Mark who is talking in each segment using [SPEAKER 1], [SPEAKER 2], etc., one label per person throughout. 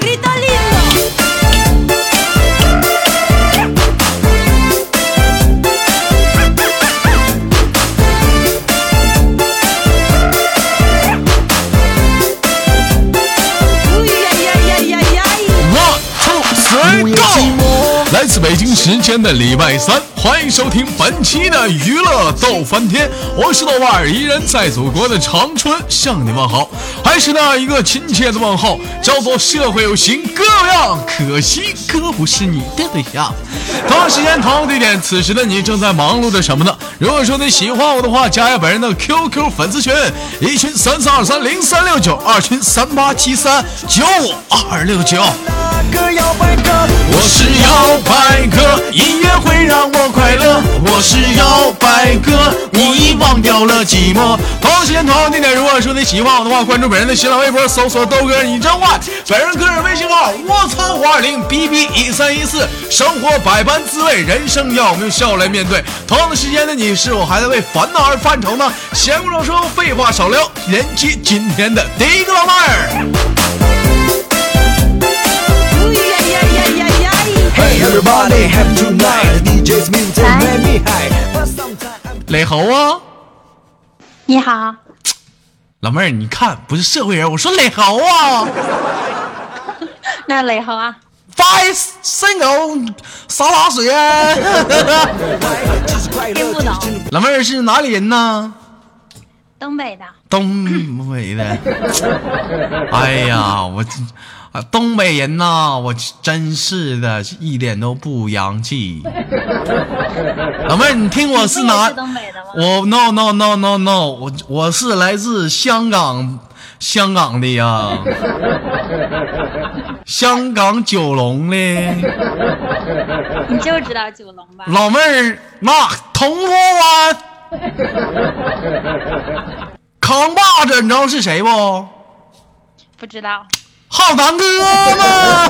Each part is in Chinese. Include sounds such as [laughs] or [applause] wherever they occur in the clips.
[SPEAKER 1] grito lindo. Uy, ay, ay, ay, ay, ay.
[SPEAKER 2] One two three go！来自北京时间的礼拜三，欢迎收听本期的娱乐逗翻天，我是豆瓣儿，依然在祖国的长春向你问好，还是那一个亲切的问候，叫做社会有型哥有样，可惜哥不是你的对象。同样时间，同样地点，此时的你正在忙碌着什么呢？如果说你喜欢我的话，加一下本人的 QQ 粉丝群，一群三三二三零三六九，二群三八七三九五二六九。
[SPEAKER 3] 个摇摆哥，
[SPEAKER 2] 我是摇摆哥，音乐会让我快乐。我是摇摆哥，你忘掉了寂寞。同样时间，同样地点，如果说你喜欢我的话，关注本人的新浪微博，搜索豆哥你真坏。本人个人微信号：我操五二零 b b 一三一四。生活百般滋味，人生要我们用笑来面对。同样的时间的你，是否还在为烦恼而犯愁呢？闲话少说，废话少聊，连接今天的第一个老妹儿。
[SPEAKER 1] Uy, ay, ay, ay, ay, ay.
[SPEAKER 3] Hey everybody, happy tonight. DJ's music make me high. But sometimes I'm
[SPEAKER 2] 磊猴啊，
[SPEAKER 4] 你好，
[SPEAKER 2] 老妹儿，你看不是社会人，我说磊猴啊。
[SPEAKER 4] 那磊猴啊，
[SPEAKER 2] 发深沟洒拉水啊！ [laughs]
[SPEAKER 3] 就是快乐，
[SPEAKER 4] 听不懂
[SPEAKER 2] 老妹儿是哪里人呢？
[SPEAKER 4] 东北的，
[SPEAKER 2] 东北的。哎呀，我这啊，东北人呐，我真是的，一点都不洋气。老妹儿，你听我是
[SPEAKER 4] 你不也
[SPEAKER 2] 哪？
[SPEAKER 4] 是东北的吗
[SPEAKER 2] 我 no no no no no，我我是来自香港，香港的呀，香港九龙的。
[SPEAKER 4] 你就知道九龙吧？
[SPEAKER 2] 老妹儿，那铜锣湾扛把子，你知道是谁不？
[SPEAKER 4] 不知道，
[SPEAKER 2] 浩南哥吗？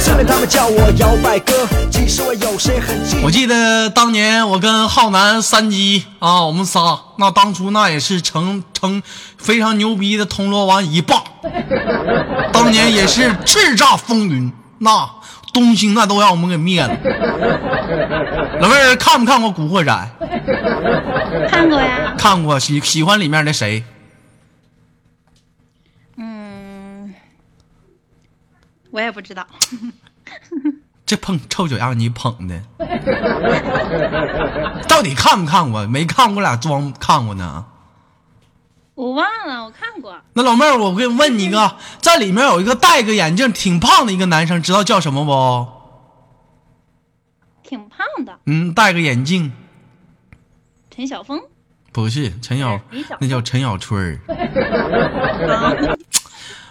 [SPEAKER 3] 虽然他们叫我摇摆哥，其实我有些很气
[SPEAKER 2] 我记得当年我跟浩南、三鸡啊，我们仨那当初那也是成成非常牛逼的铜锣湾一霸，当年也是叱咤风云，那东兴那都让我们给灭了。老妹儿看没看过《古惑仔》？
[SPEAKER 4] 看过呀，
[SPEAKER 2] 看过，喜喜欢里面的谁？
[SPEAKER 4] 嗯，我也不知道，
[SPEAKER 2] 这碰臭脚让你捧的，到底看不看过？没看过，我俩装看过呢。
[SPEAKER 4] 我忘了，我看过，
[SPEAKER 2] 那老妹儿，我给你问你一个，在里面有一个戴个眼镜挺胖的一个男生，知道叫什么不？
[SPEAKER 4] 挺胖的，
[SPEAKER 2] 嗯，戴个眼镜，
[SPEAKER 4] 陈晓峰
[SPEAKER 2] 不是陈小
[SPEAKER 4] 李小，
[SPEAKER 2] 那叫陈小春儿，
[SPEAKER 4] 啊，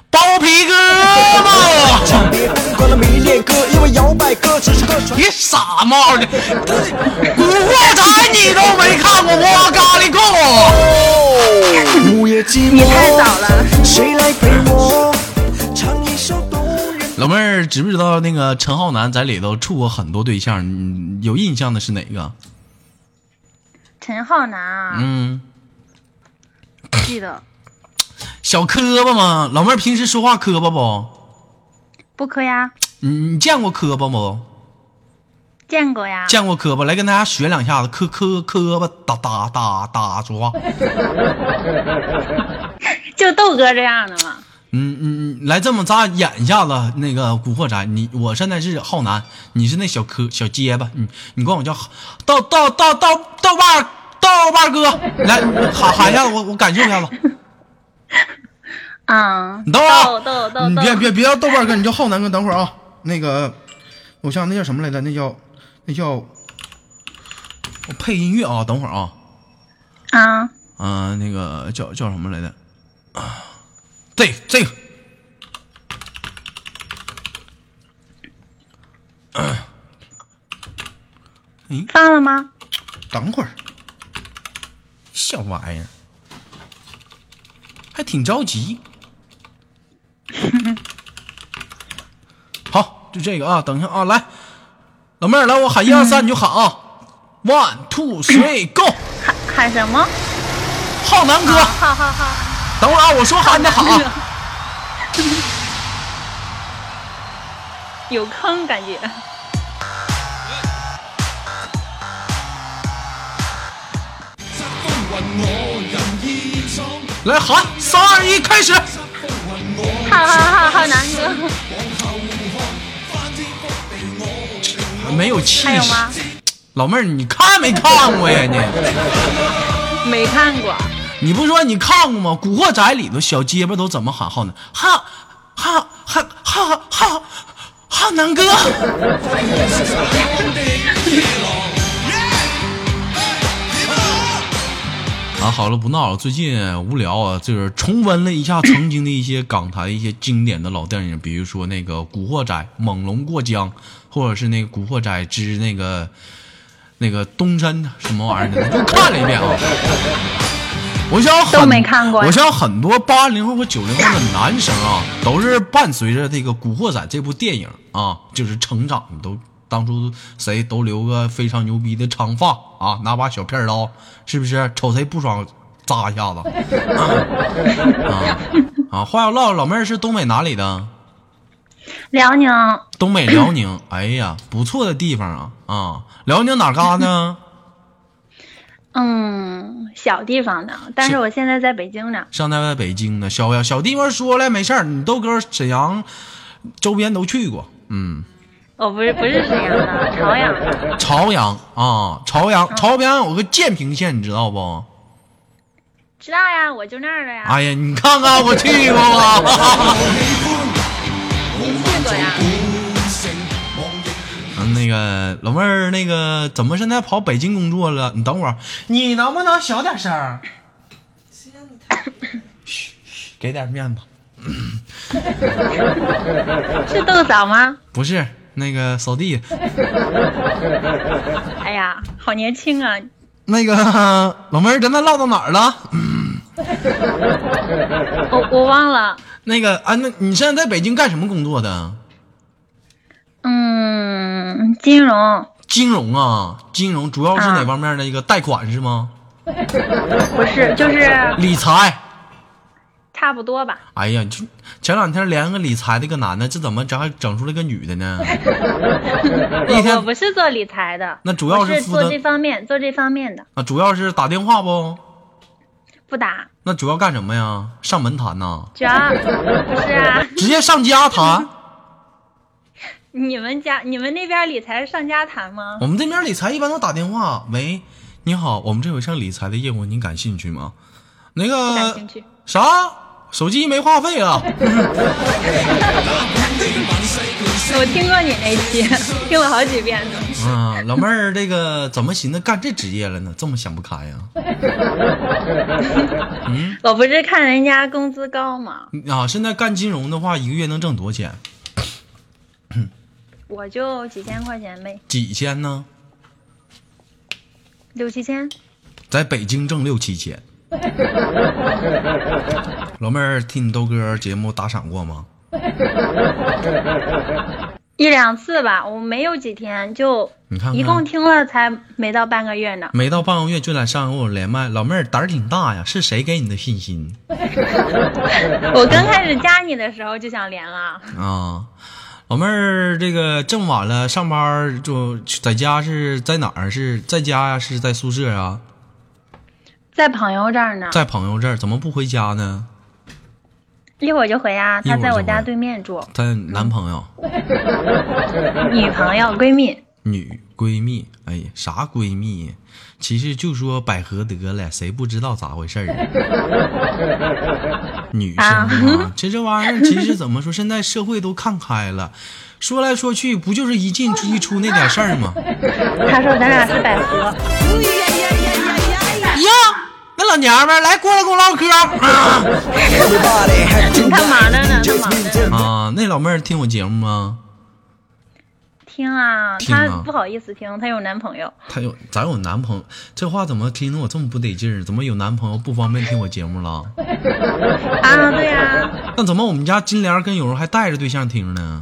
[SPEAKER 2] 包皮哥嘛，
[SPEAKER 3] 请别疯狂的迷恋哥，因为摇摆哥只是个传。
[SPEAKER 2] 别傻帽的，古惑仔你都没看过，哇嘎哩够。
[SPEAKER 5] 哦
[SPEAKER 3] 午夜寂寞，
[SPEAKER 4] 你太早了，
[SPEAKER 3] 谁来陪我唱一首动人？
[SPEAKER 2] 老妹儿知不知道那个陈浩南在里头处过很多对象？你有印象的是哪个？
[SPEAKER 4] 陈浩南啊，
[SPEAKER 2] 嗯。
[SPEAKER 4] 记得
[SPEAKER 2] 小磕巴吗？老妹儿平时说话磕巴不？
[SPEAKER 4] 不磕呀，
[SPEAKER 2] 你嗯你见过磕巴不？
[SPEAKER 4] 见过呀，
[SPEAKER 2] 见过磕巴，来跟大家学两下子，磕磕磕巴，哒哒哒哒，说话。
[SPEAKER 4] 就豆哥这样的嘛，
[SPEAKER 2] 嗯嗯，嗯来这么咱俩演一下子那个《古惑仔》你，我现在是浩南，你是那小磕小结巴，你你管我叫豆豆豆豆豆瓣儿豆瓣儿哥，来喊喊一下子，我我感受一下子。
[SPEAKER 4] 啊，
[SPEAKER 2] 你等会儿啊，
[SPEAKER 4] 豆豆豆
[SPEAKER 2] 你
[SPEAKER 4] 豆，
[SPEAKER 2] 别别别叫豆瓣儿哥，你叫浩南哥。等会儿啊，那个，我想那叫什么来着？那叫那叫，我配音乐啊。等会儿啊，
[SPEAKER 4] 啊，
[SPEAKER 2] 嗯、那个叫叫什么来着？啊，这个这个，
[SPEAKER 4] 放了吗？
[SPEAKER 2] 等会儿，小玩意儿，还挺着急。好，就这个啊，等一下啊，来，老妹儿，来，我喊一二三，你就喊啊，one two three go，
[SPEAKER 4] 喊喊什么？
[SPEAKER 2] 浩南哥，
[SPEAKER 4] 好好好，
[SPEAKER 2] 等会儿啊，我说喊你得喊啊。
[SPEAKER 4] 有坑感觉。
[SPEAKER 2] 来喊三二一，开始！
[SPEAKER 6] 浩浩浩浩南哥，
[SPEAKER 2] 没有气
[SPEAKER 4] 还有
[SPEAKER 2] 势
[SPEAKER 4] 吗，
[SPEAKER 2] 老妹儿，你看没看过呀你？
[SPEAKER 4] 没看过，
[SPEAKER 2] 你不说你看过吗？《古惑仔》里头小结巴都怎么喊浩南？哈哈哈哈哈哈南哥！ [laughs] 啊，好了，不闹了。最近无聊啊，就是重温了一下曾经的一些港台一些经典的老电影，比如说那个《古惑仔》《猛龙过江》，或者是那个《古惑仔之那个那个东山什么
[SPEAKER 4] [laughs]
[SPEAKER 2] 玩意儿的，就看了一遍啊。我想很
[SPEAKER 4] 都没看过呀
[SPEAKER 2] 我想很多八零后和九零后的男生啊， [laughs] 都是伴随着这个《古惑仔》这部电影啊，就是成长的都。当初谁都留个非常牛逼的长发啊，拿把小片儿刀，是不是？瞅谁不爽，扎一下子。 [laughs] 啊，话要唠，老妹儿是东北哪里的？
[SPEAKER 6] 辽宁
[SPEAKER 2] 东北辽宁。哎呀，不错的地方啊啊！辽宁哪嘎呢？
[SPEAKER 6] 嗯，小地方的，但
[SPEAKER 2] 是
[SPEAKER 6] 是我现在在北京呢。
[SPEAKER 2] 上在外北京呢，小呀小地方说了没事儿，你豆哥沈阳周边都去过，嗯，
[SPEAKER 6] 我不是不是沈阳的，朝阳的。
[SPEAKER 2] 朝阳啊，朝阳，朝阳有个建平县，你知道不？
[SPEAKER 6] 知道呀，我就那儿的呀。
[SPEAKER 2] 哎呀，你看看我去过啊吗？
[SPEAKER 6] 你去过呀？
[SPEAKER 2] 嗯，那个老妹儿，那个怎么现在跑北京工作了？你等会儿，你能不能小点声儿？嘘，给点面子。
[SPEAKER 6] 是豆嫂吗？
[SPEAKER 2] 不是那个扫地，
[SPEAKER 6] 哎呀，好年轻啊！
[SPEAKER 2] 那个老妹儿，咱那唠到哪儿了？
[SPEAKER 6] 我我忘了。
[SPEAKER 2] 那个啊，那你现在在北京干什么工作的？
[SPEAKER 6] 嗯，金融
[SPEAKER 2] 金融啊，金融主要是
[SPEAKER 6] 啊
[SPEAKER 2] 哪方面的一个贷款是吗？
[SPEAKER 6] 不是，就是
[SPEAKER 2] 理财。
[SPEAKER 6] 差不多吧。
[SPEAKER 2] 哎呀，就前两天连个理财的一个男的，这怎么整还整出来个女的
[SPEAKER 6] [laughs]
[SPEAKER 2] 呢？一
[SPEAKER 6] 我
[SPEAKER 2] 天
[SPEAKER 6] 不是做理财的，
[SPEAKER 2] 那主要
[SPEAKER 6] 我
[SPEAKER 2] 是
[SPEAKER 6] 是
[SPEAKER 2] 负
[SPEAKER 6] 做
[SPEAKER 2] 责
[SPEAKER 6] 这方面做这方面的，
[SPEAKER 2] 啊，主要是打电话不？
[SPEAKER 6] 不打，
[SPEAKER 2] 那主要干什么呀？上门谈呐？
[SPEAKER 6] 主要不是啊。
[SPEAKER 2] 直接上家
[SPEAKER 6] [laughs]
[SPEAKER 2] 谈。
[SPEAKER 6] 你们家你们那边理财上家谈吗？
[SPEAKER 2] 我们这边理财一般都打电话，喂，你好，我们这有一项理财的业务，您感兴趣吗？那
[SPEAKER 6] 不感
[SPEAKER 2] 个
[SPEAKER 6] 兴趣。
[SPEAKER 2] 啥，手机没话费啊了。
[SPEAKER 6] 我听过你那期，听了好几遍呢。
[SPEAKER 2] 啊，老妹儿，这个怎么寻思干这职业了呢？这么想不开啊呀、
[SPEAKER 6] 我不是看人家工资高吗？
[SPEAKER 2] 啊？现在干金融的话，一个月能挣多少钱？
[SPEAKER 6] 我就几千块钱呗，
[SPEAKER 2] 几千呢？
[SPEAKER 6] 六七千。
[SPEAKER 2] 在北京挣六七千。老妹儿，听你豆哥节目打赏过吗？
[SPEAKER 6] 一两次吧，我没有几天就，
[SPEAKER 2] 你看看
[SPEAKER 6] 一共听了才没到半个月呢。
[SPEAKER 2] 没到半个月就来上跟我连麦，老妹儿胆儿挺大呀，是谁给你的信心
[SPEAKER 6] 我刚开始加你的时候就想连了，
[SPEAKER 2] 啊？老妹儿，这个这么晚了，上班儿就在家是在哪儿？是在家呀？是在宿舍啊？
[SPEAKER 6] 在朋友这儿呢，
[SPEAKER 2] 在朋友这儿？怎么不回家呢？
[SPEAKER 6] 一会儿就回啊。
[SPEAKER 2] 一会儿
[SPEAKER 6] 他
[SPEAKER 2] 就
[SPEAKER 6] 在我
[SPEAKER 2] 回
[SPEAKER 6] 家对面住，
[SPEAKER 2] 她男朋友、
[SPEAKER 6] 女朋友闺蜜。
[SPEAKER 2] 女闺蜜，哎呀，啥闺蜜呀？其实就说百合得了，谁不知道咋回事儿啊？女生啊， [laughs] 这这玩意儿其实怎么说？现在社会都看开了，说来说去不就是一进出一出那点事儿吗？
[SPEAKER 6] 他说咱俩是百合，
[SPEAKER 2] 呀，那老娘们儿来过来跟我唠嗑儿
[SPEAKER 3] Everybody have to
[SPEAKER 6] 他
[SPEAKER 3] like
[SPEAKER 6] 忙着呢，他
[SPEAKER 3] DJ's
[SPEAKER 6] 忙着呢。
[SPEAKER 3] music.
[SPEAKER 2] 啊！那老妹儿听我节目吗？
[SPEAKER 6] 听啊，
[SPEAKER 2] 听啊
[SPEAKER 6] 她不好意思听，她有男朋友。
[SPEAKER 2] 她有咱有男朋友，这话怎么听着我这么不得劲儿？怎么有男朋友不方便听我节目了？
[SPEAKER 6] 啊，对呀、
[SPEAKER 2] 那怎么我们家金莲儿跟有人还带着对象听呢？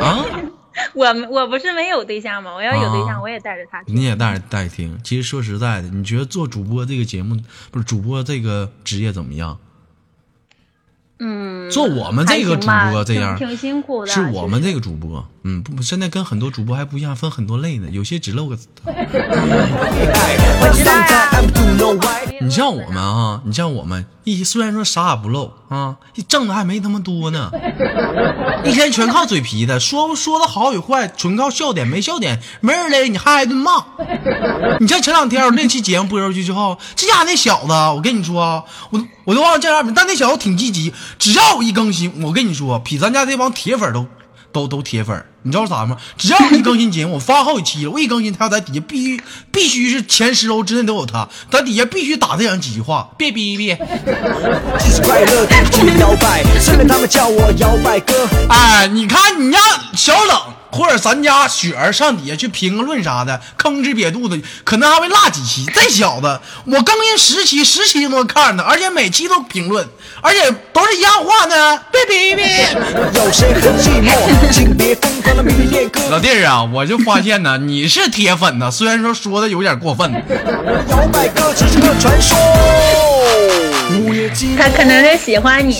[SPEAKER 2] 啊，
[SPEAKER 6] 我们我不是没有对象吗？我要有对象，
[SPEAKER 2] 啊
[SPEAKER 6] 我也带着他听。
[SPEAKER 2] 你也带着带着听。其实说实在的，你觉得做主播这个节目不是主播这个职业怎么样？
[SPEAKER 6] 嗯，
[SPEAKER 2] 做我们这个主
[SPEAKER 6] 还行吧
[SPEAKER 2] 播这样
[SPEAKER 6] 挺挺辛苦的。啊
[SPEAKER 2] 是我们
[SPEAKER 6] 其实
[SPEAKER 2] 这个主播，嗯，不，现在跟很多主播还不一样，分很多类呢，有些只露个。
[SPEAKER 6] 我知
[SPEAKER 4] 啊
[SPEAKER 6] 道呀
[SPEAKER 3] Sometimes I don't know why.
[SPEAKER 2] 你像我们啊，你像我们一虽然说啥也不露啊，挣的还没他们多
[SPEAKER 6] [laughs]
[SPEAKER 2] 呢，一天全靠嘴皮子，说说的好与坏，纯靠笑点，没笑点没人勒你还挨顿骂。 [laughs] 你像前两天我那期节目播出去之后，这家伙那小子，我跟你说啊，我都我都忘了叫啥名，但那小子挺积极，只要我一更新，我跟你说，比咱家这帮铁粉都都都铁粉。你知道啥吗？只要我一更新节目，我发好几期了，我一更新他在底下必须必须是前十楼之内都有他，在底下必须打这两几句话，别逼逼。
[SPEAKER 3] 即使快乐，
[SPEAKER 4] [laughs]
[SPEAKER 3] 但不能摇摆。虽然他们叫我摇摆哥，
[SPEAKER 2] 哎，你看你让小冷或者咱家雪儿上底下去评个论啥的，吭哧瘪肚子，可能还会落几期。这小子，我更新十期，十期都能看呢，而且每期都评论，而且都是一样话呢。别别别！
[SPEAKER 3] 有谁很寂寞，请别疯狂的迷恋歌。
[SPEAKER 2] 老弟儿啊，我就发现呢，你是铁粉呐，虽然说说的有点过 [laughs] 分。
[SPEAKER 3] 摇摆哥只是个传说。午夜寂
[SPEAKER 6] 他可能是喜欢你，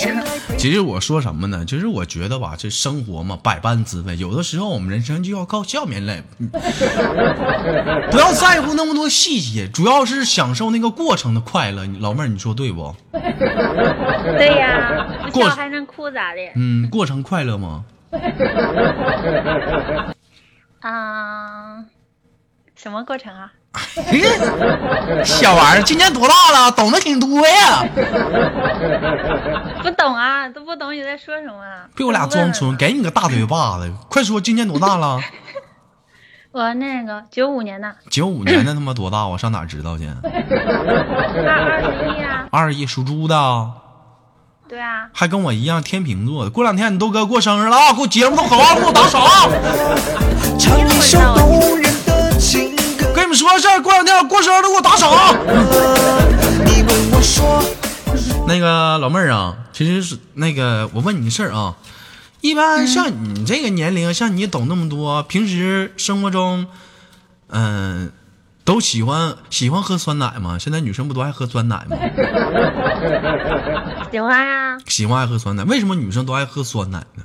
[SPEAKER 2] 其实我说什么呢？就是我觉得吧，这生活嘛，百般滋味，有的时候我们人生就要靠笑面来，嗯不要在乎那么多细节，主要是享受那个过程的快乐。你老妹儿，你说对不？
[SPEAKER 6] 对呀，不
[SPEAKER 2] 过
[SPEAKER 6] 笑还能哭咋的？
[SPEAKER 2] 嗯，过程快乐吗？
[SPEAKER 6] 啊，什么过程啊？
[SPEAKER 2] 嘿小玩意儿，今年多大了？懂得挺多呀！
[SPEAKER 6] 不懂啊，都不懂你在说什么啊？
[SPEAKER 2] 别给我俩装
[SPEAKER 6] 都不问
[SPEAKER 2] 纯，
[SPEAKER 6] 了。
[SPEAKER 2] 给你个大嘴巴子！快说，今年多大了？
[SPEAKER 6] 我那个九五年的，
[SPEAKER 2] 九五年的他妈多大？我上哪儿知道去？
[SPEAKER 6] 二二十一啊，
[SPEAKER 2] 二一属猪的。
[SPEAKER 6] 对啊，
[SPEAKER 2] 还跟我一样天秤座的。过两天你豆哥过生日了啊，给我节目都好好给我打赏啊。
[SPEAKER 3] 寞，唱一首动人的情歌。
[SPEAKER 2] 跟你们说个事儿，过两天过生日都给我打赏啊。
[SPEAKER 3] 你问我说，
[SPEAKER 2] 那个老妹儿啊，其实是那个我问你个事儿啊，一般像你这个年龄，像你懂那么多，平时生活中，嗯、都喜欢喜欢喝酸奶吗？现在女生不都爱喝酸奶吗？
[SPEAKER 6] 喜欢啊，
[SPEAKER 2] 喜欢爱喝酸奶，为什么女生都爱喝酸奶呢？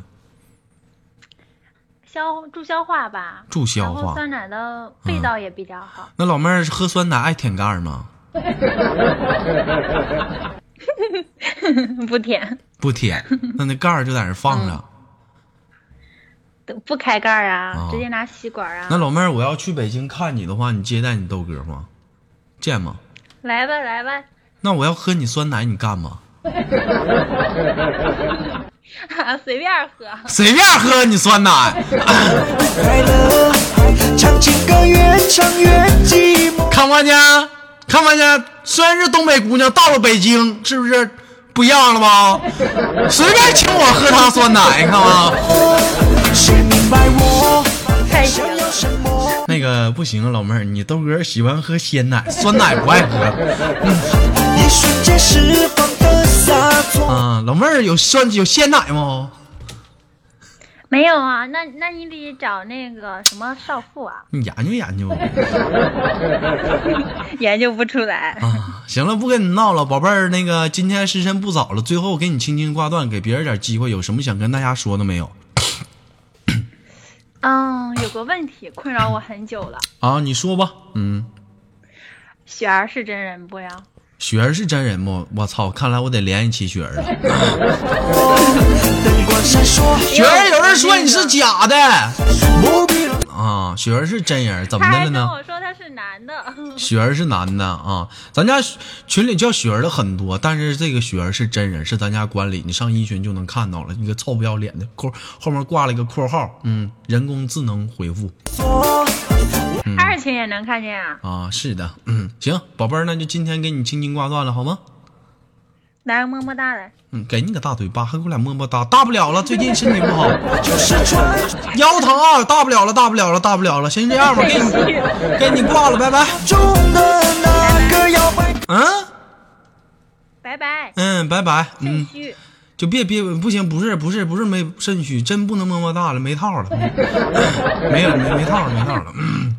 [SPEAKER 6] 消助消化吧，
[SPEAKER 2] 助消化
[SPEAKER 6] 然后酸奶的味道也比较好。
[SPEAKER 2] 那老妹儿喝酸奶爱舔盖儿吗？嗯
[SPEAKER 6] [laughs] 不甜，
[SPEAKER 2] 不舔，那那盖儿就在那儿放着。
[SPEAKER 6] 都不开盖儿啊，
[SPEAKER 2] 哦
[SPEAKER 6] 直接拿吸管啊。
[SPEAKER 2] 那老妹儿，我要去北京看你的话，你接待你豆哥吗？见吗？
[SPEAKER 6] 来吧来吧，
[SPEAKER 2] 那我要喝你酸奶，你干吗？
[SPEAKER 6] [laughs] 随便喝。
[SPEAKER 2] 随便喝你酸奶，
[SPEAKER 3] 快乐，唱情歌越唱越寂寞。
[SPEAKER 2] 看不看见？看不看见？虽然是东北姑娘，到了北京是不是不一样了吧？随便请我喝她酸奶，你看吗？
[SPEAKER 3] 谁明白我
[SPEAKER 6] 太甜
[SPEAKER 3] 想
[SPEAKER 6] 了
[SPEAKER 3] 要什么？
[SPEAKER 2] 那个不行，啊老妹儿，你豆哥喜欢喝鲜奶，酸奶不爱喝
[SPEAKER 3] 一瞬间释放的洒脱。
[SPEAKER 2] 啊。老妹儿有酸有鲜奶吗？
[SPEAKER 6] 没有啊，那那你得找那个什么少妇啊，
[SPEAKER 2] 你研究研究呗。
[SPEAKER 6] 研究不出来。
[SPEAKER 2] 啊，行了，不跟你闹了，宝贝儿。那个今天时辰不早了，最后给你轻轻挂断，给别人点机会。有什么想跟大家说的没有？
[SPEAKER 6] 嗯，有个问题困扰我很久了，
[SPEAKER 2] 啊，你说吧。嗯，
[SPEAKER 6] 雪儿是真人不呀？
[SPEAKER 2] 雪儿是真人不？我操，看来我得连一期雪儿了。
[SPEAKER 3] 灯光闪烁，
[SPEAKER 2] 雪儿，有人说你是假的
[SPEAKER 3] 不必了。
[SPEAKER 2] 啊，雪儿是真人，怎么
[SPEAKER 6] 他
[SPEAKER 2] 的了
[SPEAKER 6] 还跟
[SPEAKER 2] 呢？嗯
[SPEAKER 6] 我说他是男的， [laughs]
[SPEAKER 2] 雪儿是男的啊，咱家群里叫雪儿的很多，但是这个雪儿是真人，是咱家管理，你上一群就能看到了。你个臭不要脸的括后面挂了一个括号，嗯，人工智能回复。
[SPEAKER 6] 二群也能看见啊。
[SPEAKER 2] 啊，是的，嗯，行，宝贝儿，那就今天给你轻轻挂断了，好吗？
[SPEAKER 6] 来个么么哒来，
[SPEAKER 2] 嗯，给你个大嘴巴，还给我俩么么哒，大不了了，最近身体不好，
[SPEAKER 3] 就是穿
[SPEAKER 2] 腰疼啊，大不了了，大不了了，大不了了，先这样吧，给你 [laughs] 给你挂了，拜拜。
[SPEAKER 3] 中的那个摇摆。
[SPEAKER 2] 嗯
[SPEAKER 6] 拜拜。
[SPEAKER 2] 嗯，拜拜，
[SPEAKER 6] 肾
[SPEAKER 2] 嗯，
[SPEAKER 6] 虚，
[SPEAKER 2] 就别别，不行，不是不是不是没肾虚，真不能么么哒了，没套了，嗯没有没没套了，没套了。嗯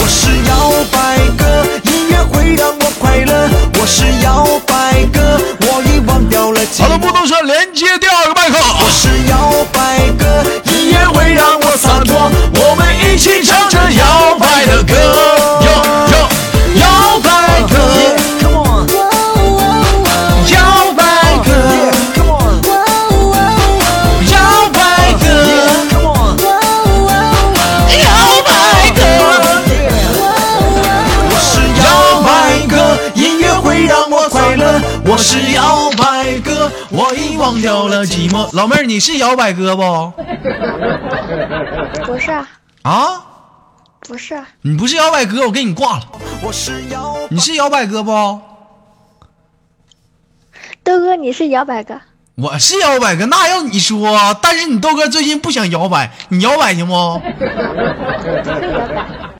[SPEAKER 3] 我
[SPEAKER 2] 是摇摆哥，音乐会让我快乐。我是摇摆哥，我已忘掉了寂
[SPEAKER 7] 好了，
[SPEAKER 2] 寞。
[SPEAKER 7] 不多说，连接第二个麦克。
[SPEAKER 2] 我是摇摆哥，音乐会让我洒脱。我们一起唱着摇摆的歌，
[SPEAKER 7] 哟哟
[SPEAKER 2] 摇摆哥。摇摆哥，摇摆哥，摇摆哥。我是摇摆哥，音乐会让我快乐。我是摇摆哥，我已忘掉了寂寞。老妹儿，你是摇摆哥不？
[SPEAKER 8] 不是啊，
[SPEAKER 2] 啊，
[SPEAKER 8] 不是啊，
[SPEAKER 2] 你不是摇摆哥，我给你挂了。你是摇摆哥不？
[SPEAKER 8] 豆哥你是摇摆哥，
[SPEAKER 2] 我是摇摆哥，那要你说啊，但是你豆哥最近不想摇摆，你摇摆行不？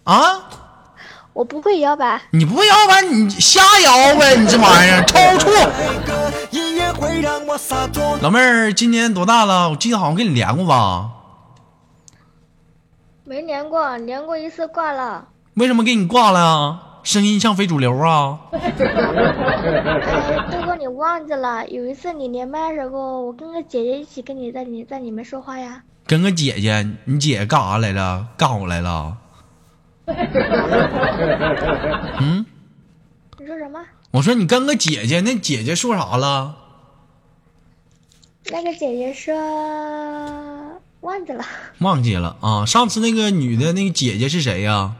[SPEAKER 2] 啊，
[SPEAKER 8] 我不会摇摆，
[SPEAKER 2] 你不会摇摆，你瞎摇呗，你这玩意儿抽搐。老妹儿今年多大了？我记得好像跟你连过吧？
[SPEAKER 8] 没连过，连过一次挂了，
[SPEAKER 2] 为什么给你挂了啊？声音像非主流啊？
[SPEAKER 8] 哎豆哥你忘记了，有一次你连麦的时候，我跟个姐姐一起跟你在你在里面说话呀，
[SPEAKER 2] 跟个姐姐，你姐干啥来了？干我来了？
[SPEAKER 8] 你说什么？
[SPEAKER 2] 我说你跟个姐姐，那姐姐说啥了？
[SPEAKER 8] 那个姐姐说忘记了，
[SPEAKER 2] 忘记了啊？上次那个女的，那个姐姐是谁呀、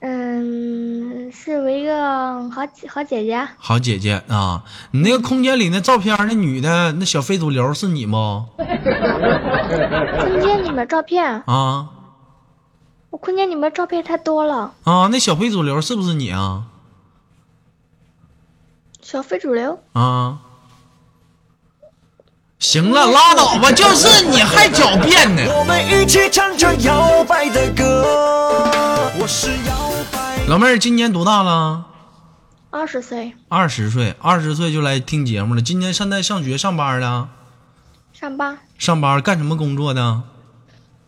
[SPEAKER 8] 嗯，是我一个好姐好姐姐，
[SPEAKER 2] 好姐姐啊，你那个空间里那照片儿那女的那小非主流是你吗？
[SPEAKER 8] 空间里面照片，
[SPEAKER 2] 啊
[SPEAKER 8] 我空间里面照片太多了，
[SPEAKER 2] 啊，那小非主流是不是你啊？
[SPEAKER 8] 小非主流，
[SPEAKER 2] 啊，行了，拉倒吧，就是你还狡辩呢。
[SPEAKER 5] 我们一起唱着摇摆的歌。我是摇摆，
[SPEAKER 2] 老妹儿今年多大了？
[SPEAKER 8] 二十岁，
[SPEAKER 2] 二十岁，二十岁就来听节目了。今年现在上学上班了？
[SPEAKER 8] 上班，
[SPEAKER 2] 上班干什么工作呢？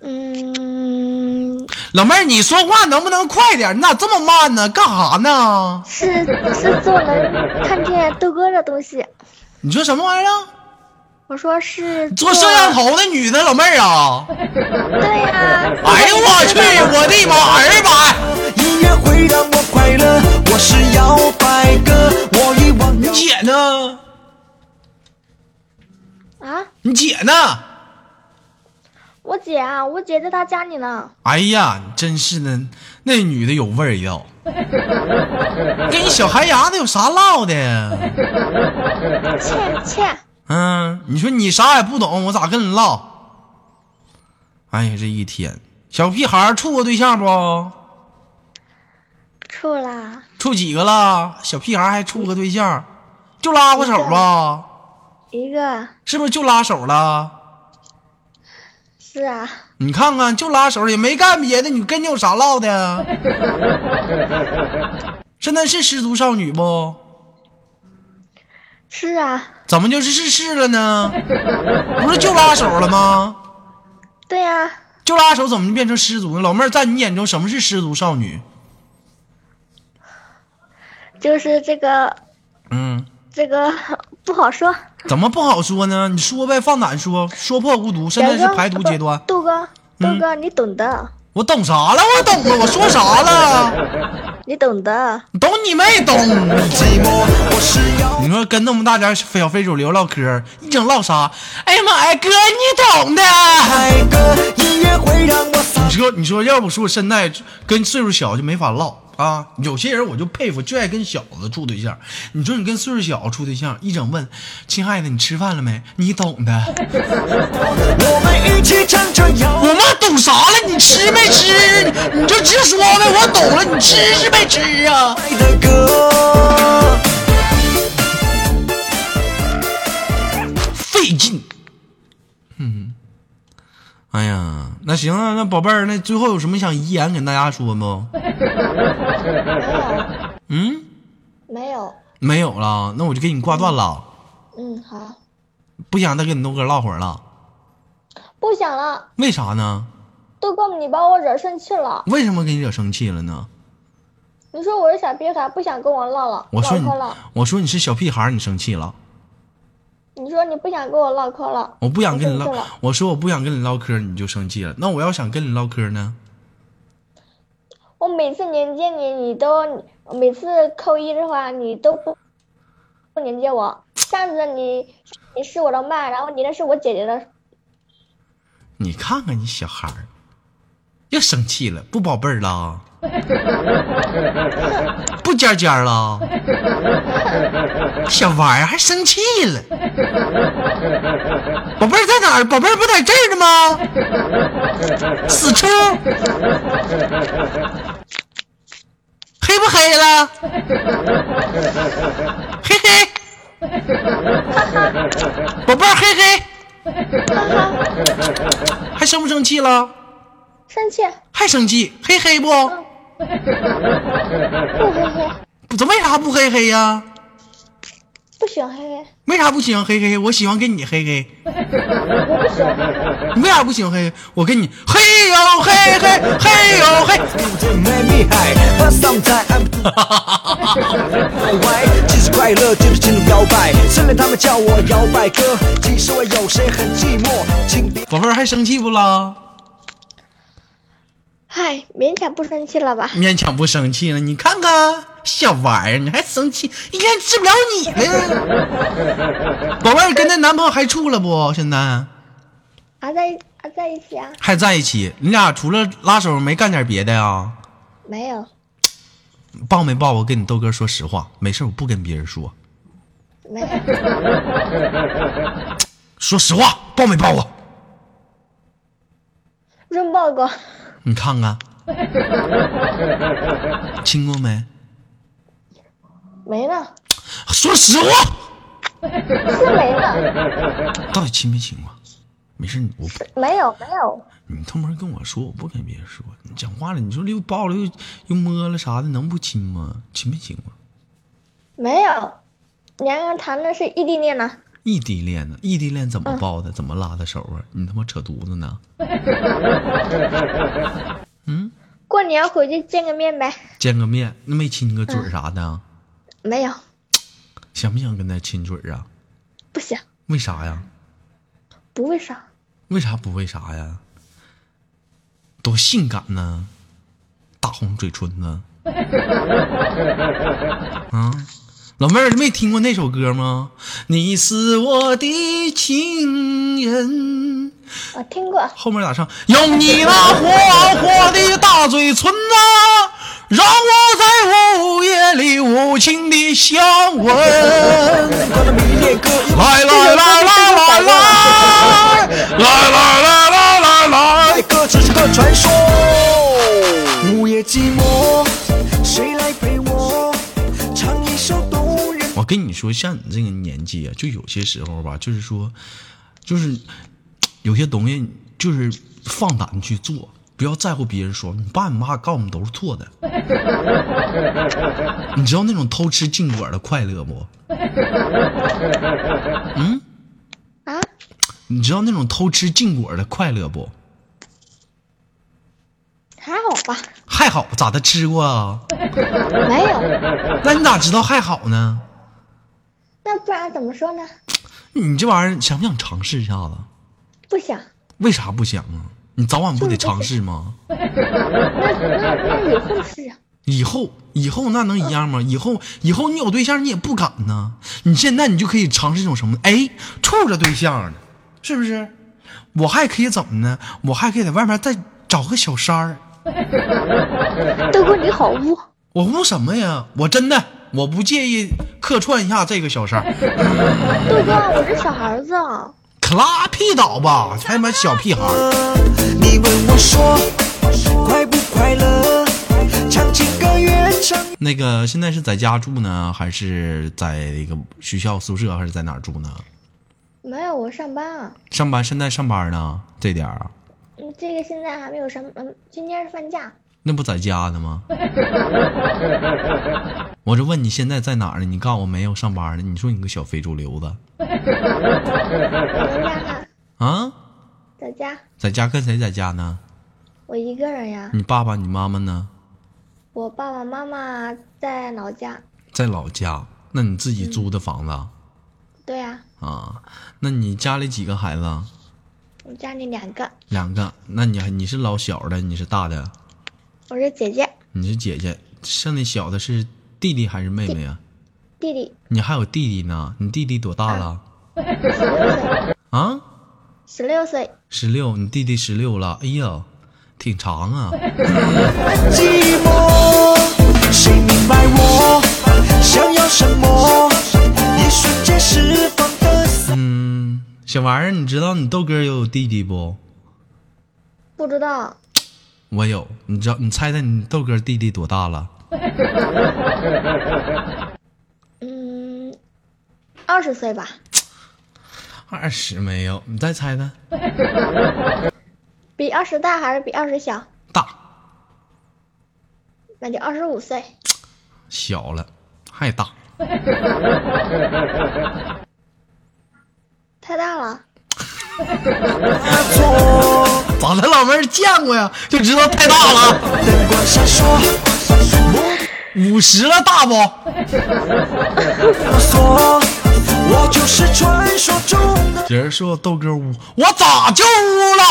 [SPEAKER 8] 嗯，
[SPEAKER 2] 老妹儿，你说话能不能快点？你咋这么慢呢？干啥呢？
[SPEAKER 8] 是是做能看见豆哥的东西。
[SPEAKER 2] 你说什么玩意儿啊？
[SPEAKER 8] 我说是
[SPEAKER 2] 做摄像，头的女的，老妹儿啊！
[SPEAKER 8] 对啊呀、
[SPEAKER 2] [laughs] 哎呦我去，我的妈，儿百！
[SPEAKER 5] 音乐会让我快乐。我是摇摆哥，我已忘掉
[SPEAKER 2] 你。姐呢？
[SPEAKER 8] 啊，
[SPEAKER 2] 你姐呢？
[SPEAKER 8] 我姐啊，我姐在她家里呢。
[SPEAKER 2] 哎呀，真是的，那女的有味儿 [laughs] 要，跟一小孩牙子有啥唠的？
[SPEAKER 8] 倩倩，
[SPEAKER 2] 嗯，你说你啥也不懂，我咋跟你唠？哎呀，这一天，小屁孩儿处过对象不？
[SPEAKER 8] 处啦，
[SPEAKER 2] 处几个了？小屁孩儿还处个对象，就拉过手吧？
[SPEAKER 8] 一个
[SPEAKER 2] 是不是就拉手了？
[SPEAKER 8] 是啊，
[SPEAKER 2] 你看看，就拉手也没干别的，你跟你有啥唠的？ [laughs] 现在是失足少女不？
[SPEAKER 8] 是啊，
[SPEAKER 2] 怎么就是是是了呢？不是就拉手了吗？
[SPEAKER 8] 对啊呀、
[SPEAKER 2] 就拉手怎么就变成失足呢？老妹儿，在你眼中什么是失足少女？
[SPEAKER 8] 就是这个
[SPEAKER 2] 嗯，
[SPEAKER 8] 这个不好说。
[SPEAKER 2] 怎么不好说呢？你说呗，放胆说，说破无毒。现在是排毒阶啊嗯段，
[SPEAKER 8] 豆哥，豆哥，你懂的，
[SPEAKER 2] 我懂啥了？我懂了，我说啥了？
[SPEAKER 8] 你懂的。
[SPEAKER 2] 懂你没懂？ [laughs]
[SPEAKER 5] 寂寞，我是摇
[SPEAKER 2] 你说跟那么大点小非主流唠嗑，一整唠啥？哎呀妈呀，哥你懂的。
[SPEAKER 5] 摆哥，音乐会让我洒
[SPEAKER 2] 你说，你说，要不说我现在跟岁数小就没法唠啊。有些人我就佩服，就爱跟小子处对象。你说你跟岁数小处对象，一整问，亲爱的，你吃饭了没？你懂的。
[SPEAKER 5] 我们一起唱着摇
[SPEAKER 2] 我妈懂啥了？你吃没吃？你你就直说呗。我懂了，你吃是没吃啊？
[SPEAKER 5] 摆的歌。
[SPEAKER 2] 费劲。嗯，哎呀，那行啊，那宝贝儿，那最后有什么想遗言跟大家说不？嗯，
[SPEAKER 8] 没有，
[SPEAKER 2] 没有了，那我就给你挂断了。
[SPEAKER 8] 嗯，好，
[SPEAKER 2] 不想再跟你豆哥唠会儿了，
[SPEAKER 8] 不想了，
[SPEAKER 2] 为啥呢？
[SPEAKER 8] 豆哥，你把我惹生气了。
[SPEAKER 2] 为什么给你惹生气了呢？
[SPEAKER 8] 你说我是小逼孩，不想跟我唠了，
[SPEAKER 2] 我说
[SPEAKER 8] 唠
[SPEAKER 2] 你
[SPEAKER 8] 嗑了。，
[SPEAKER 2] 我说你是小屁孩儿，你生气了？
[SPEAKER 8] 你说你不想跟我唠嗑了，
[SPEAKER 2] 我不想跟你
[SPEAKER 8] 生气
[SPEAKER 2] 唠
[SPEAKER 8] 了，
[SPEAKER 2] 我说我不想跟你唠嗑，你就生气了。那我要想跟你唠嗑呢？
[SPEAKER 8] 我每次连接你，你都我每次扣一的话，你都不不连接我。上次你你是我的麦，然后你的是我姐姐的，
[SPEAKER 2] 你看看你小孩儿，又生气了，不宝贝儿了，不尖尖儿了，小玩意儿还生气了，宝贝儿在哪儿？宝贝儿不在这儿呢吗？死猪，黑不黑了？嘿嘿，宝贝儿嘿嘿。还生不生气了？
[SPEAKER 8] 生气
[SPEAKER 2] 还生气？嘿嘿不？
[SPEAKER 8] 不嘿嘿，
[SPEAKER 2] 不，这为啥不嘿嘿呀、
[SPEAKER 8] 不喜欢嘿嘿，
[SPEAKER 2] 为啥不喜欢嘿嘿？我喜欢跟你嘿嘿。
[SPEAKER 8] 我不喜欢嘿嘿。
[SPEAKER 2] 你为啥不喜欢嘿嘿？我跟你嘿哟嘿嘿嘿哟嘿。
[SPEAKER 5] 最美厉害，把上在按 [laughs] 不歪，即使快乐就是情种摇摆，虽然他们叫我摇摆哥，其实我有时很寂寞，请别
[SPEAKER 2] 宝贝儿还生气不啦？
[SPEAKER 8] 嗨，勉强不生气了吧？
[SPEAKER 2] 勉强不生气了。你看看小玩意儿，你还生气？一天治不了你了。宝贝儿跟那男朋友还处了不？现在
[SPEAKER 8] 还啊在还在一起啊？
[SPEAKER 2] 还在一起？你俩除了拉手没干点别的呀？
[SPEAKER 8] 没有，
[SPEAKER 2] 抱没抱？我跟你豆哥说实话，没事儿我不跟别人说。
[SPEAKER 8] 没有，
[SPEAKER 2] 说实话，抱没抱我？
[SPEAKER 8] 润抱过，
[SPEAKER 2] 你看 [laughs] 看，亲过没？
[SPEAKER 8] 没呢，
[SPEAKER 2] 说实话，
[SPEAKER 8] 是没呢，
[SPEAKER 2] 到底亲没亲过？没事，你我不
[SPEAKER 8] 没有没有，
[SPEAKER 2] 你偷摸跟我说，我不跟别人说。你讲话了，你说又抱了又又摸了啥的，能不亲吗？亲没啊亲过？
[SPEAKER 8] 没有，两个人谈的是异地恋呢，
[SPEAKER 2] 异地恋呢？异地恋怎么抱的？怎么拉的手啊？你他妈扯犊子呢？
[SPEAKER 8] 过年回去见个面呗。
[SPEAKER 2] 见个面那没亲个嘴儿啥的，
[SPEAKER 8] 没有，
[SPEAKER 2] 想不想跟他亲嘴儿啊？
[SPEAKER 8] 不行，
[SPEAKER 2] 为啥呀？
[SPEAKER 8] 不会上，
[SPEAKER 2] 为啥不为啥呀？多性感呢，大红嘴唇呢。啊，老妹儿没听过那首歌吗？你是我的情人，
[SPEAKER 8] 我听过，啊
[SPEAKER 2] 后面咋唱？有你那火火的大嘴唇啊，让我在午夜里无情的相吻。
[SPEAKER 5] 管他迷恋歌，因为
[SPEAKER 2] 来来来来来来，来来来来来来
[SPEAKER 5] 爱。歌只是个传说。午夜寂寞，谁来陪我唱一首动人？
[SPEAKER 2] 我跟你说，像你这个年纪啊，就有些时候吧，就是说，就是有些东西，就是放胆去做，不要在乎别人说。你爸你妈告诉我们都是错的。 [laughs] 你知道那种偷吃禁果的快乐不？嗯？
[SPEAKER 8] 啊？
[SPEAKER 2] 你知道那种偷吃禁果的快乐不？
[SPEAKER 8] 还好吧？
[SPEAKER 2] 还好，咋的吃过啊？
[SPEAKER 8] 没有，
[SPEAKER 2] 那你咋知道还好呢？
[SPEAKER 8] 那不然怎么说呢？
[SPEAKER 2] 你这玩意儿想不想尝试一下子？
[SPEAKER 8] 不想，
[SPEAKER 2] 为啥不想啊？你早晚不得尝试吗？
[SPEAKER 8] 那那那以后是啊，
[SPEAKER 2] 以后以后那能一样吗？以后以后你有对象你也不敢呢。你现在你就可以尝试一种什么？哎，处着对象呢，是不是？我还可以怎么呢？我还可以在外面再找个小三儿。
[SPEAKER 8] 豆哥你好污，
[SPEAKER 2] 我污什么呀？我真的我不介意客串一下这个小三儿，
[SPEAKER 8] 豆哥我是小孩子啊，
[SPEAKER 2] 可拉屁倒吧！他妈小屁孩儿，
[SPEAKER 5] 你问我说，快不快乐？唱起歌乐唱。
[SPEAKER 2] 那个现在是在家住呢，还是在那个学校宿舍，还是在哪儿住呢？
[SPEAKER 8] 没有我上班啊，
[SPEAKER 2] 上班现在上班呢？这点儿啊，
[SPEAKER 8] 嗯，这个现在还没有上，嗯，今天是放假，
[SPEAKER 2] 那不在家呢吗？我就问你现在在哪儿呢？你告诉我没有上班呢？你说你个小非主流子
[SPEAKER 8] 我在家呢，
[SPEAKER 2] 啊，
[SPEAKER 8] 在家
[SPEAKER 2] 在家跟谁在家呢？
[SPEAKER 8] 我一个人呀。
[SPEAKER 2] 你爸爸、你妈妈呢？
[SPEAKER 8] 我爸爸妈妈在老家。
[SPEAKER 2] 在老家。那你自己租的房子啊、
[SPEAKER 8] 对呀，
[SPEAKER 2] 啊？那你家里几个孩子啊？
[SPEAKER 8] 我家里两个，
[SPEAKER 2] 两个。那你还你是老小的，你是大的，
[SPEAKER 8] 我是姐姐、
[SPEAKER 2] 你是姐姐。剩那小的是弟弟还是妹妹啊？
[SPEAKER 8] 弟弟，
[SPEAKER 2] 你还有弟弟呢？你弟弟多大了？
[SPEAKER 8] 十六岁，
[SPEAKER 2] 啊？
[SPEAKER 8] 十六岁。
[SPEAKER 2] 十六，你弟弟十六了，哎呀，挺长啊。
[SPEAKER 5] 寂寞，谁明白我想要什么？一瞬间释放的散
[SPEAKER 2] 嗯，小玩意儿，你知道你豆哥也有弟弟不？
[SPEAKER 8] 不知道，
[SPEAKER 2] 我有，你知道？你猜猜你豆哥弟弟多大了？
[SPEAKER 8] 嗯，二十岁吧，
[SPEAKER 2] 二十没有，你再猜猜，
[SPEAKER 8] 比二十大还是比二十小？
[SPEAKER 2] 大
[SPEAKER 8] 那就二十五岁。
[SPEAKER 2] 小了，还大，
[SPEAKER 8] 太大了，
[SPEAKER 5] 落。
[SPEAKER 2] 咋了？老妹儿见过呀，就知道太大了，
[SPEAKER 5] 灯光闪烁，
[SPEAKER 2] 五十了大不？
[SPEAKER 5] 摸索，我就是传说中的
[SPEAKER 2] 有人说豆哥污，我咋就污了？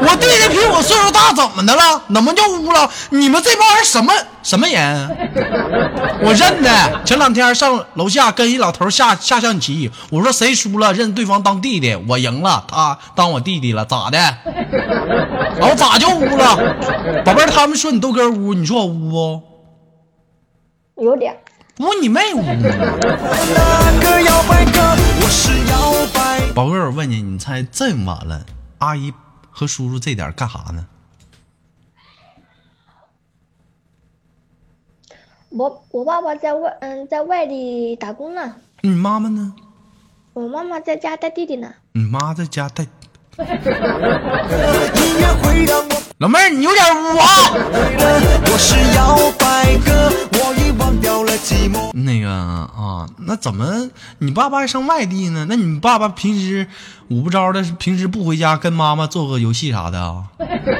[SPEAKER 2] 我弟弟比我岁数大，怎么的了？怎么就污了？你们这帮人什么什么人啊？我认得，前两天上楼下跟一老头下下象棋，我说谁输了认对方当弟弟，我赢了，他当我弟弟了，咋的？然后咋就污了？宝贝儿，他们说你豆哥污，你说我污不？
[SPEAKER 8] 有点儿。
[SPEAKER 2] 污你啊妹污！
[SPEAKER 5] 那个摇摆哥，我是摇摆
[SPEAKER 2] 宝贝儿，我问你，你猜这么晚了，阿姨和叔叔这点儿干啥呢？
[SPEAKER 8] 我我爸爸在外嗯在外地打工呢，
[SPEAKER 2] 你妈妈呢？
[SPEAKER 8] 我妈妈在家带弟弟呢。
[SPEAKER 2] 你妈在家带。
[SPEAKER 5] 哥，音乐会让我
[SPEAKER 2] 老妹儿，你有点污啊！
[SPEAKER 5] 快乐，我是摇摆哥，我已忘掉了寂寞。
[SPEAKER 2] 那个啊，那怎么你爸爸还上外地呢？那你爸爸平时捂不着的，平时不回家跟妈妈做个游戏啥的啊，
[SPEAKER 8] 这回事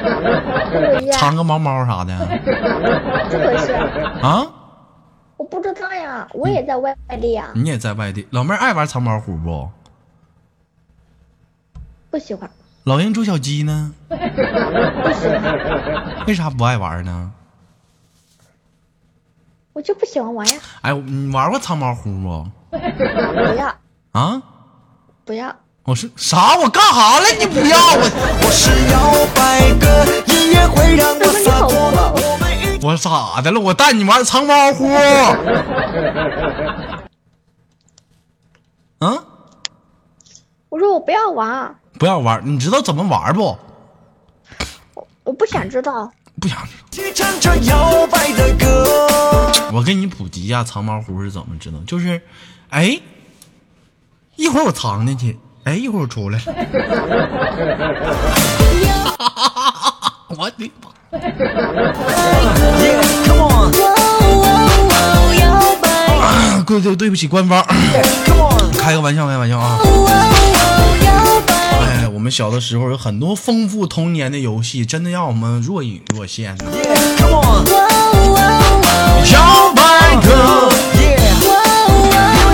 [SPEAKER 8] 啊，
[SPEAKER 2] 藏个猫猫啥的
[SPEAKER 8] 这回事啊，
[SPEAKER 2] 啊？
[SPEAKER 8] 我不知道呀，我也在外地呀，
[SPEAKER 2] 你也在外地，老妹儿爱玩藏猫虎不？
[SPEAKER 8] 不喜欢，
[SPEAKER 2] 老鹰捉小鸡呢？
[SPEAKER 8] 不喜欢，
[SPEAKER 2] 为啥不爱玩呢？
[SPEAKER 8] 我就不喜欢玩呀，
[SPEAKER 2] 哎，你玩过藏猫虎不？
[SPEAKER 8] 不要
[SPEAKER 2] 啊？
[SPEAKER 8] 不要，
[SPEAKER 2] 我是啥？我干啥了？你不要我？
[SPEAKER 5] 我是摇摆哥，音乐会让我
[SPEAKER 8] 哥哥你
[SPEAKER 5] 洒
[SPEAKER 8] 好
[SPEAKER 5] 脱。
[SPEAKER 8] 酷
[SPEAKER 5] 我们一
[SPEAKER 2] 我咋的了？我带你玩藏猫 [laughs] 虎。嗯，
[SPEAKER 8] 我说我不要玩，
[SPEAKER 2] 不要玩，你知道怎么玩不？
[SPEAKER 8] 我不想知道，
[SPEAKER 2] 不想知
[SPEAKER 5] 起唱着摇摆的歌。
[SPEAKER 2] 道。我给你普及一下藏猫虎是怎么知道，就是，哎，一会儿我藏进去，哎，一会儿我出来。 [laughs] 我的妈！ [coughs]
[SPEAKER 5] Yeah, come on,
[SPEAKER 9] 摇摆，
[SPEAKER 2] 对对，对不起官方，
[SPEAKER 5] come on，
[SPEAKER 2] 开个玩笑，开个玩笑啊。
[SPEAKER 9] 摇摆。
[SPEAKER 2] 哎，我们小的时候有很多丰富童年的游戏，真的让我们若隐若现啊呢。
[SPEAKER 5] yeah, come on,
[SPEAKER 2] 摇摆哥，
[SPEAKER 5] yeah。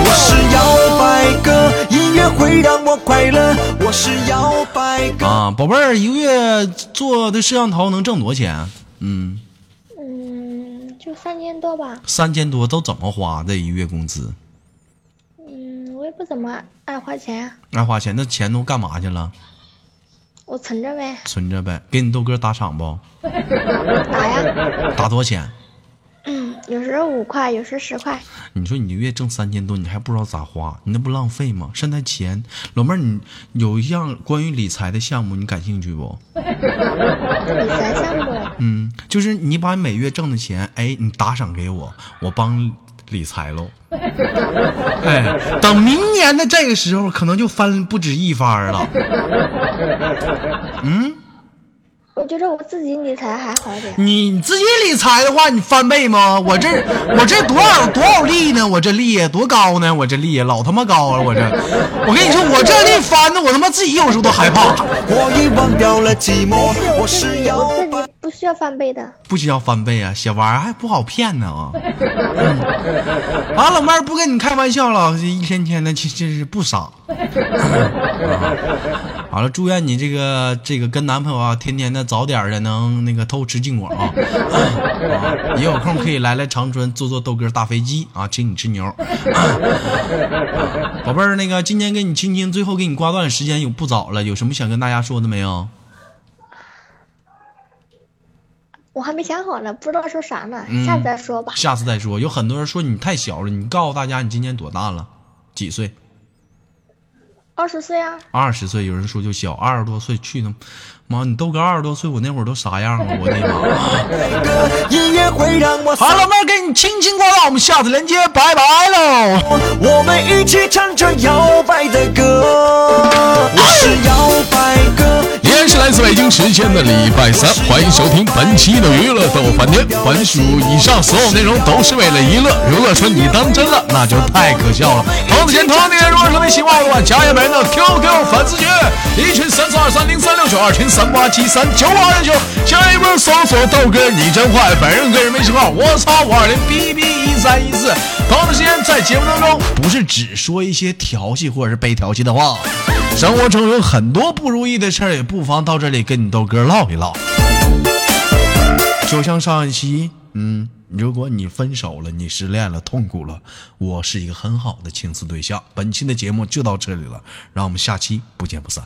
[SPEAKER 5] 我是摇摆哥，音乐会让我快乐。我是摇摆哥，
[SPEAKER 2] 啊，宝贝儿，一个月做的摄像头能挣多少钱？嗯，
[SPEAKER 8] 嗯，就三千多吧，
[SPEAKER 2] 三千多都怎么花？这一月工资
[SPEAKER 8] 嗯，我也不怎么爱花钱呀，
[SPEAKER 2] 爱花钱，那钱都干嘛去了？
[SPEAKER 8] 我存着呗，
[SPEAKER 2] 存着呗。给你豆哥打赏不？
[SPEAKER 8] 打呀，
[SPEAKER 2] 打多少钱？
[SPEAKER 8] 嗯，有时候五块，有时候十块，
[SPEAKER 2] 你说你一个月挣三千多，你还不知道咋花，你那不浪费吗？现在钱，老妹儿，你有一样关于理财的项目，你感兴趣不？
[SPEAKER 8] 理财项目，
[SPEAKER 2] 嗯，就是你把每月挣的钱，哎，你打赏给我，我帮理财喽。哎，等明年的这个时候，可能就翻不止一番儿了。嗯，
[SPEAKER 8] 我觉得我自己理财还好点。
[SPEAKER 3] 你自己理财的话，你翻倍吗？我这我这多少多少利呢？我这利多高呢？我这利老他妈高了！啊我这，我跟你说，我这利翻的，我他妈自己有时候都害怕。
[SPEAKER 5] 我已忘掉了寂寞，我
[SPEAKER 8] 自
[SPEAKER 5] 是
[SPEAKER 8] 己
[SPEAKER 5] 摇
[SPEAKER 8] 我自
[SPEAKER 5] 摆。
[SPEAKER 8] 己不需要翻倍的，
[SPEAKER 3] 不需要翻倍啊，小玩意儿还不好骗呢啊！嗯啊，老妹儿不跟你开玩笑了，这一天天的，这真是不傻。啊好了，祝愿你这个这个跟男朋友啊，天天的早点儿的能那个偷吃禁果啊，啊也有空可以来来长春坐坐豆哥大飞机啊，请你吃牛。宝贝儿，那个今天跟你亲亲，最后给你挂断，时间有不早了，有什么想跟大家说的没有？
[SPEAKER 8] 我还没想好呢，不知道说啥呢，
[SPEAKER 5] 嗯
[SPEAKER 8] 下次再说吧。
[SPEAKER 3] 下次再说。有很多人说你太小了，你告诉大家你今年多大了？几岁？
[SPEAKER 8] 二十岁啊，
[SPEAKER 3] 二十岁，有人说就小，二十多岁去呢，妈，你豆哥二十多岁，我那会儿都啥样啊？我的妈！
[SPEAKER 5] 音乐会让
[SPEAKER 3] [laughs]
[SPEAKER 5] 我
[SPEAKER 3] 好，老妹儿给你轻轻挂断，我们下次连接，拜拜喽。
[SPEAKER 5] 我们一起唱着摇摆的歌，我是摇摆哥。
[SPEAKER 2] 依然是来自北京时间的礼拜三，欢迎收听本期的娱乐逗翻天。本属以上所有内容都是为了娱乐，如果说你当真了，那就太可笑了。同时，同样的，如果说你喜欢我的话，加一下本人的 QQ 粉丝群，一群三四二三零三六九，二群三八七三九五二六九，加一波搜索豆哥你真坏，本人个人微信号我操五二零 bb 一三一四。同样的时间，在节目当中不是只说一些调戏或者是被调戏的话。生活中有很多不如意的事儿，也不妨到这里跟你豆哥唠一唠。就像上一期，嗯，如果你分手了，你失恋了，痛苦了，我是一个很好的倾诉对象。本期的节目就到这里了，让我们下期不见不散。